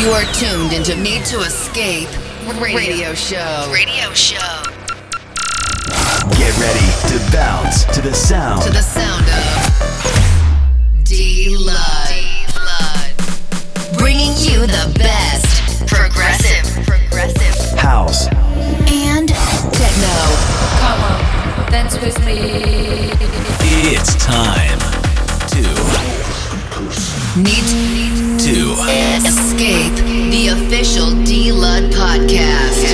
You are tuned into Need to Escape radio, show. Radio show. Get ready to bounce to the To sound the sound of D Lud. Bringing you the best Progressive. Progressive. house and techno. Come on, dance with me. It's time to Need to to Escape, the official D Lud podcast.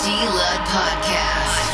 Dirty Lud Podcast.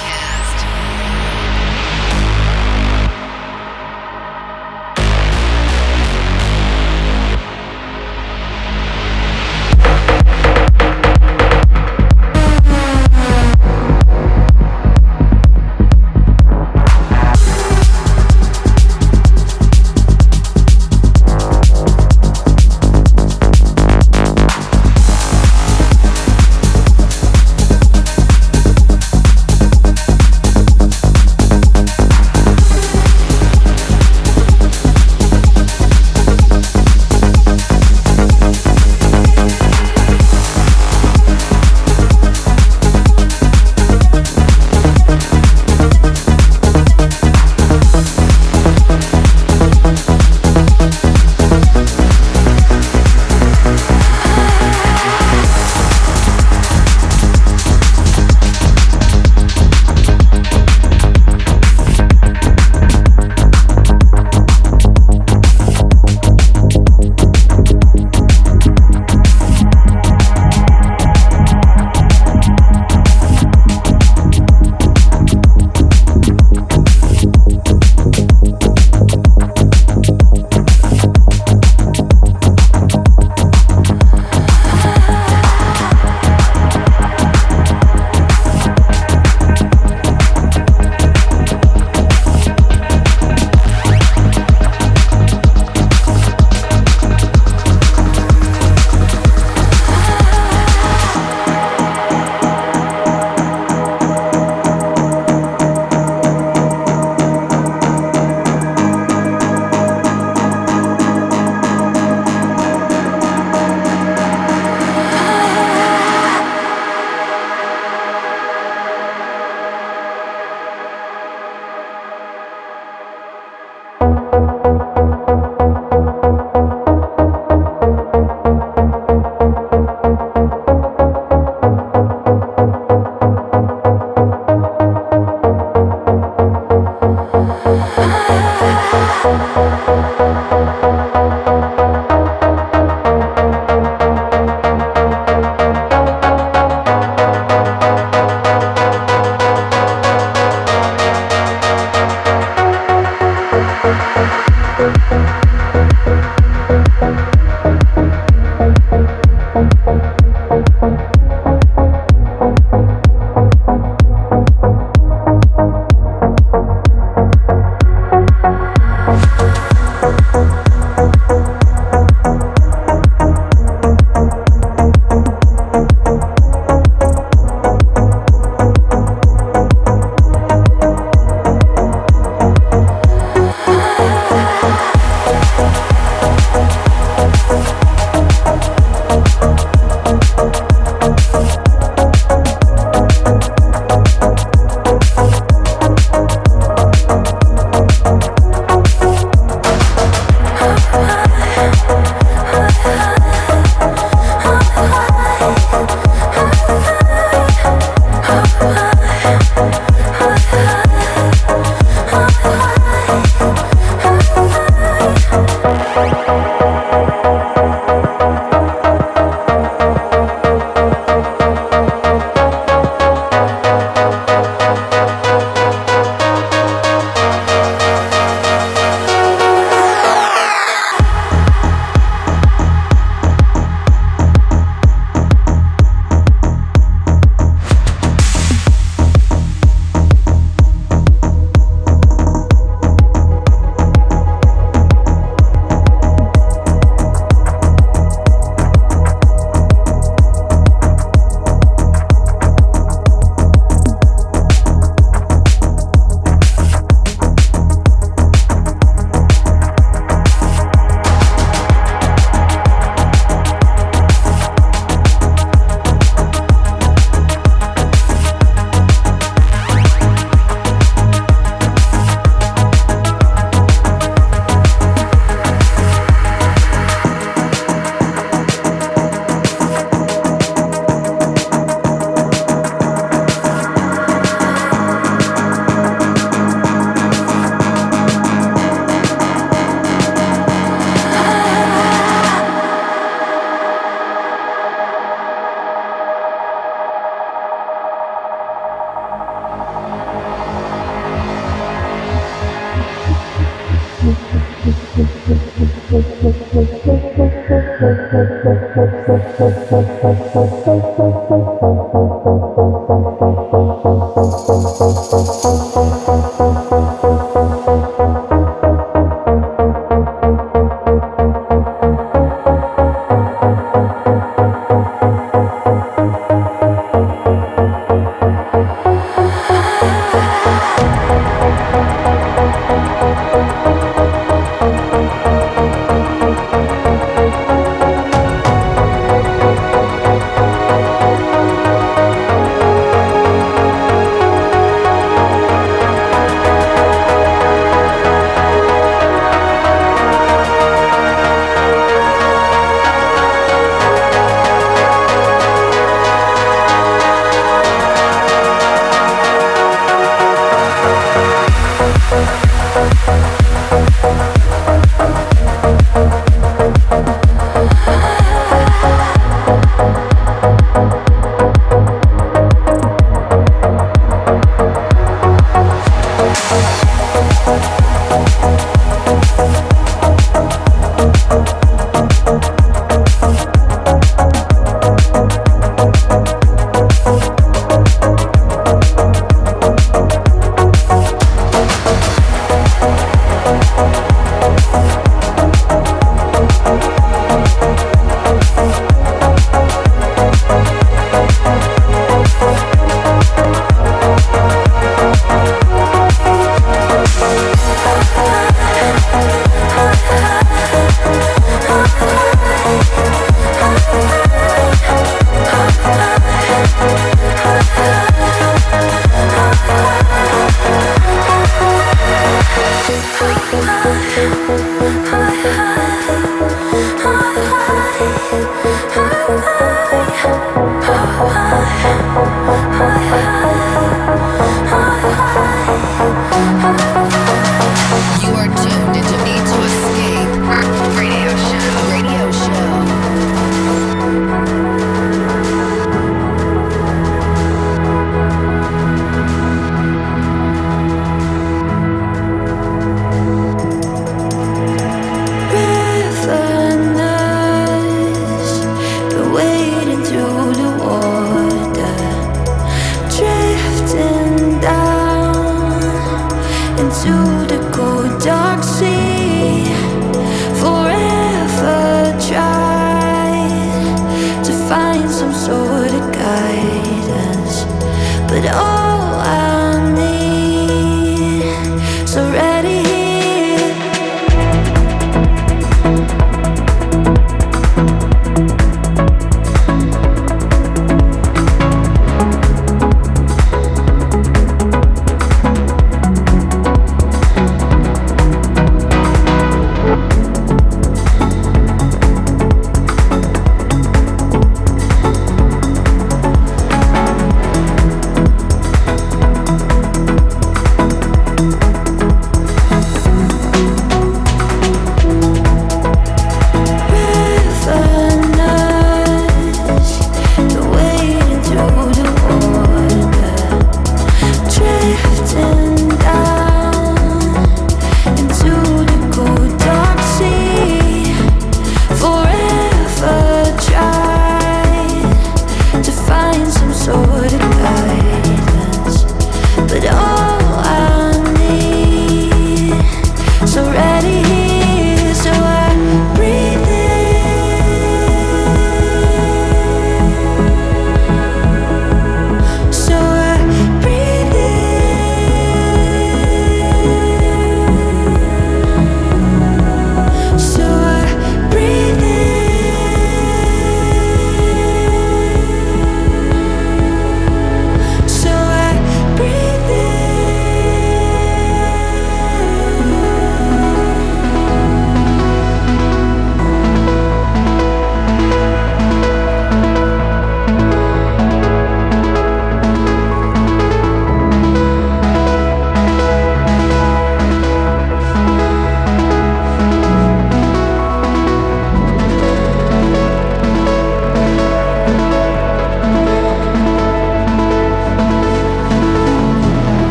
I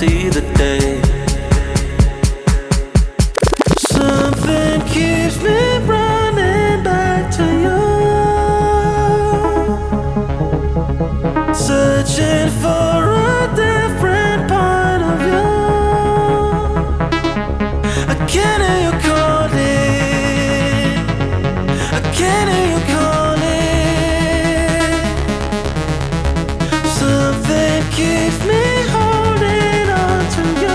be the day. Something keeps me running back to you. Searching for a different part of you. I can't hear you calling. I can't hear you calling. Something keeps me holding on to you.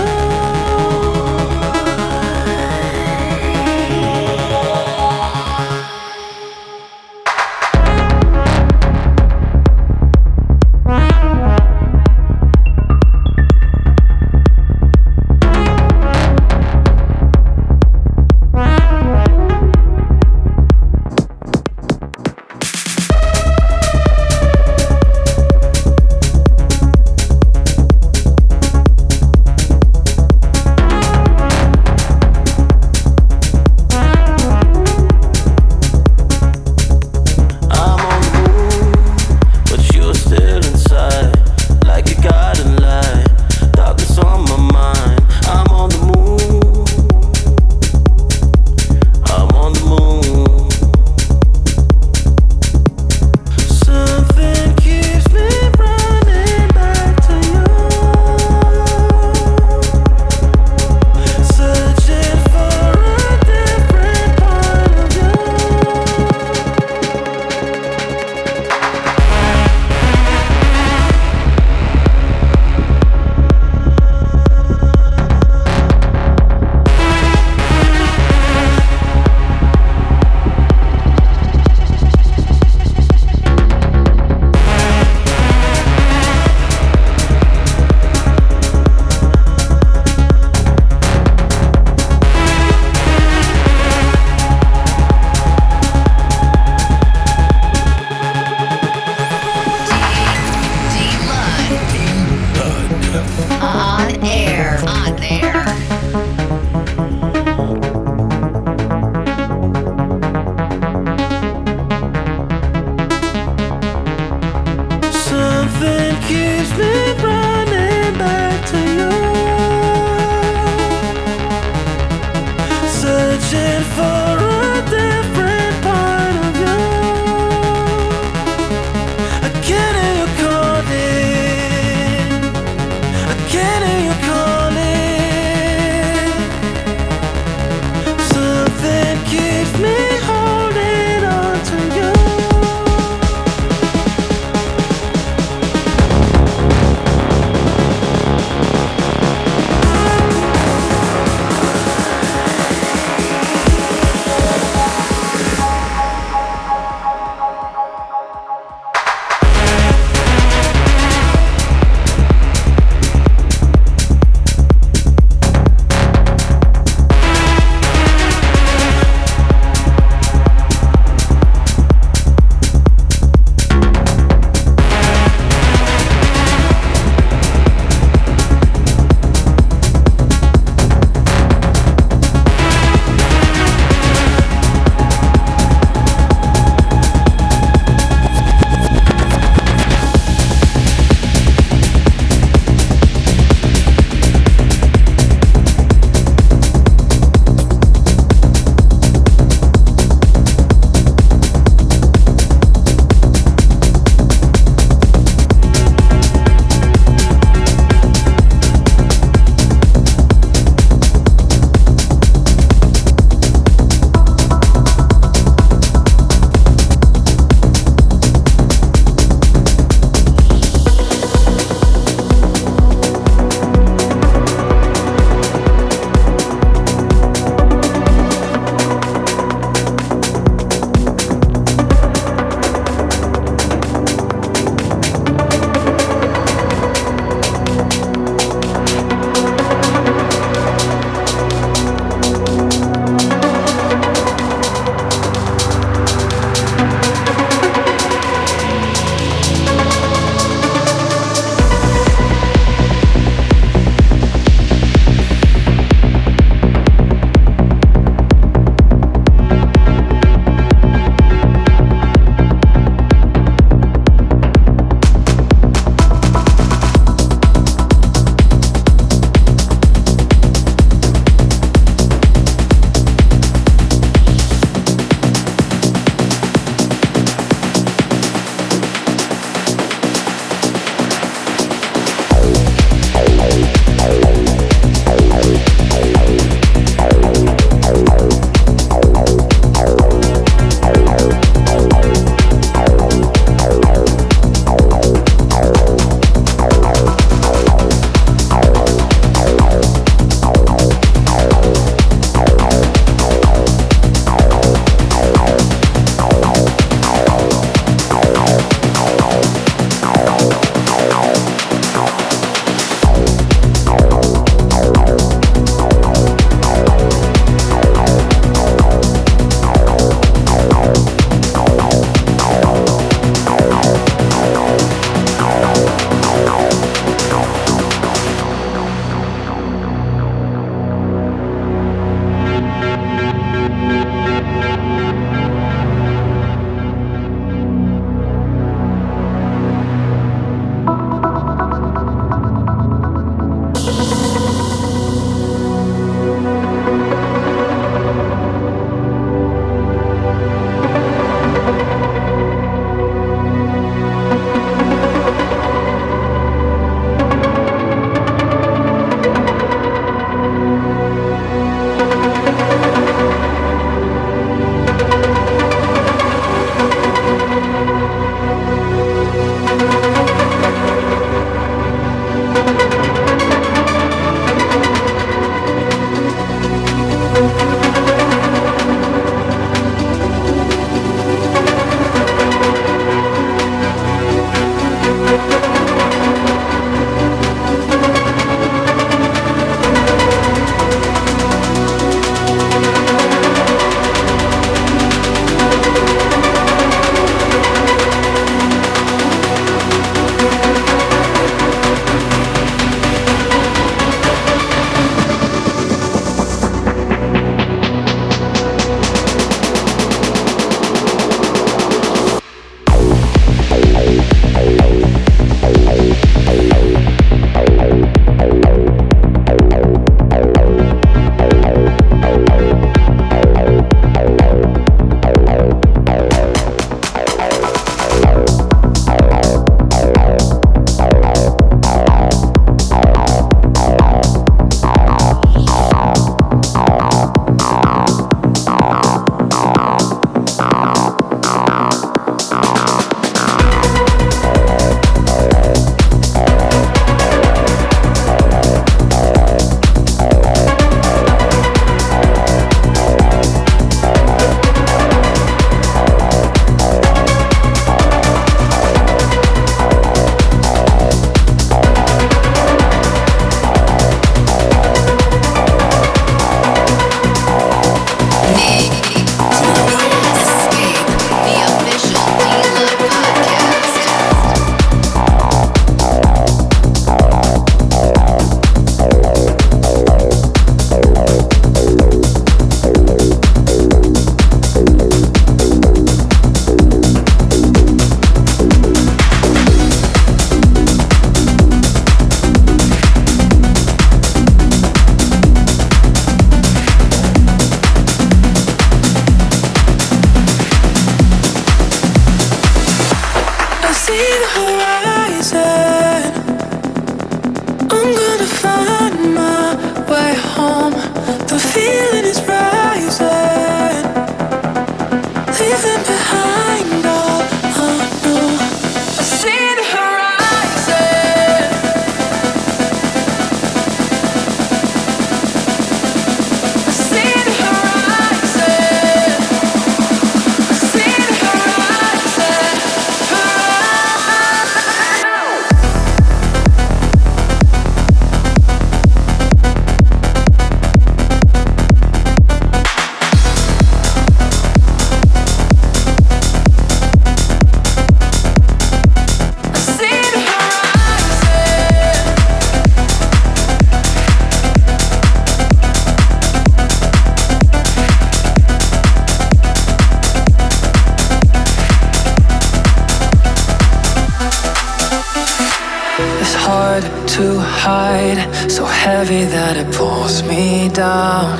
way that it pulls me down.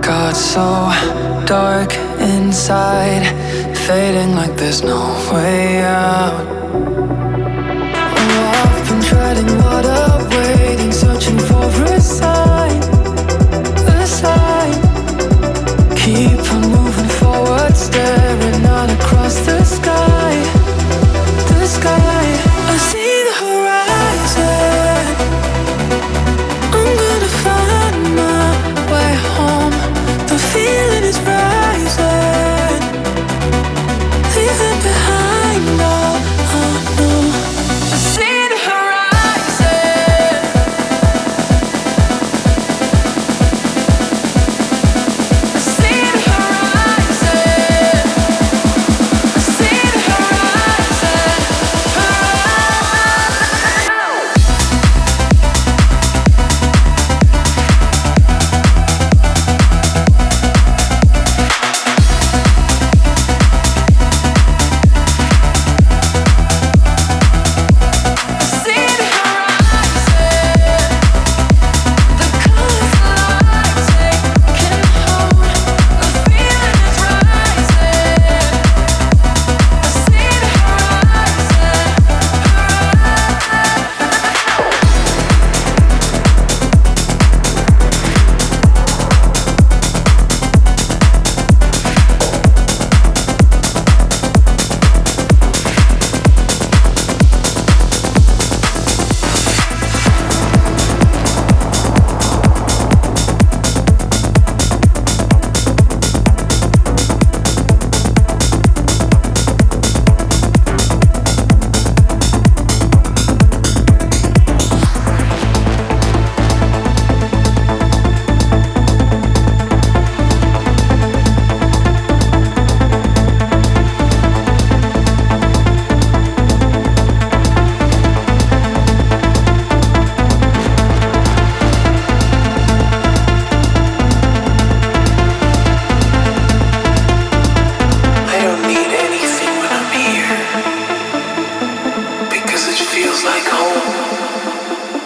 Got so dark inside, fading like there's no way out. Oh, I've been treading water, waiting, searching for a sign. A sign. Keep on moving forward, staring out across the sky. The sky. I see the horizon. I'm gonna find my way home. The feeling is rising. Leaving behind all I know. I see the horizon. I see the horizon. I see the horizon. I don't need anything when I'm here because it feels like home.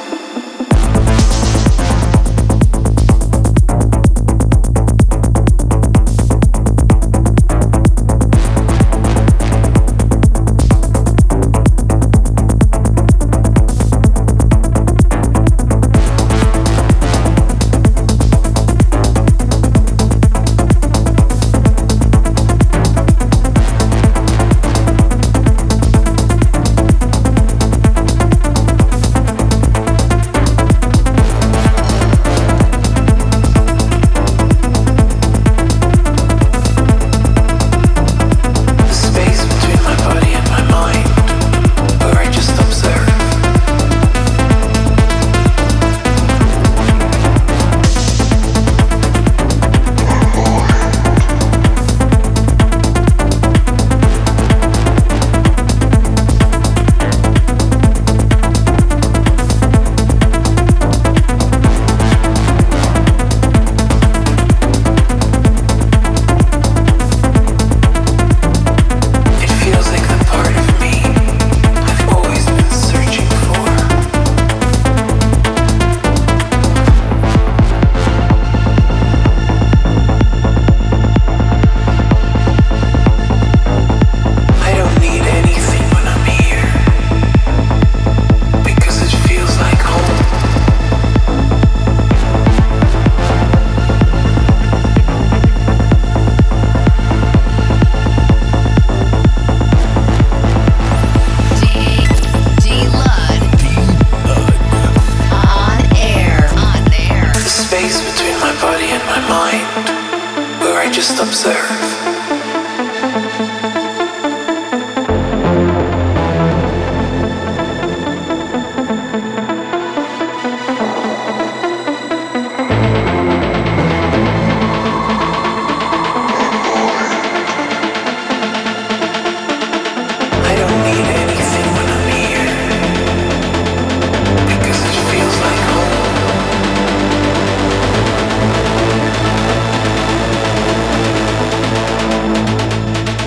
The space between my body and my mind, where I just observe. It feels like the part of me I've always been searching for. I don't need anything when I'm here because it feels like home. The space between my body and my mind, where I just observe. I don't need anything when I'm here because it feels like home. I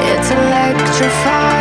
electrified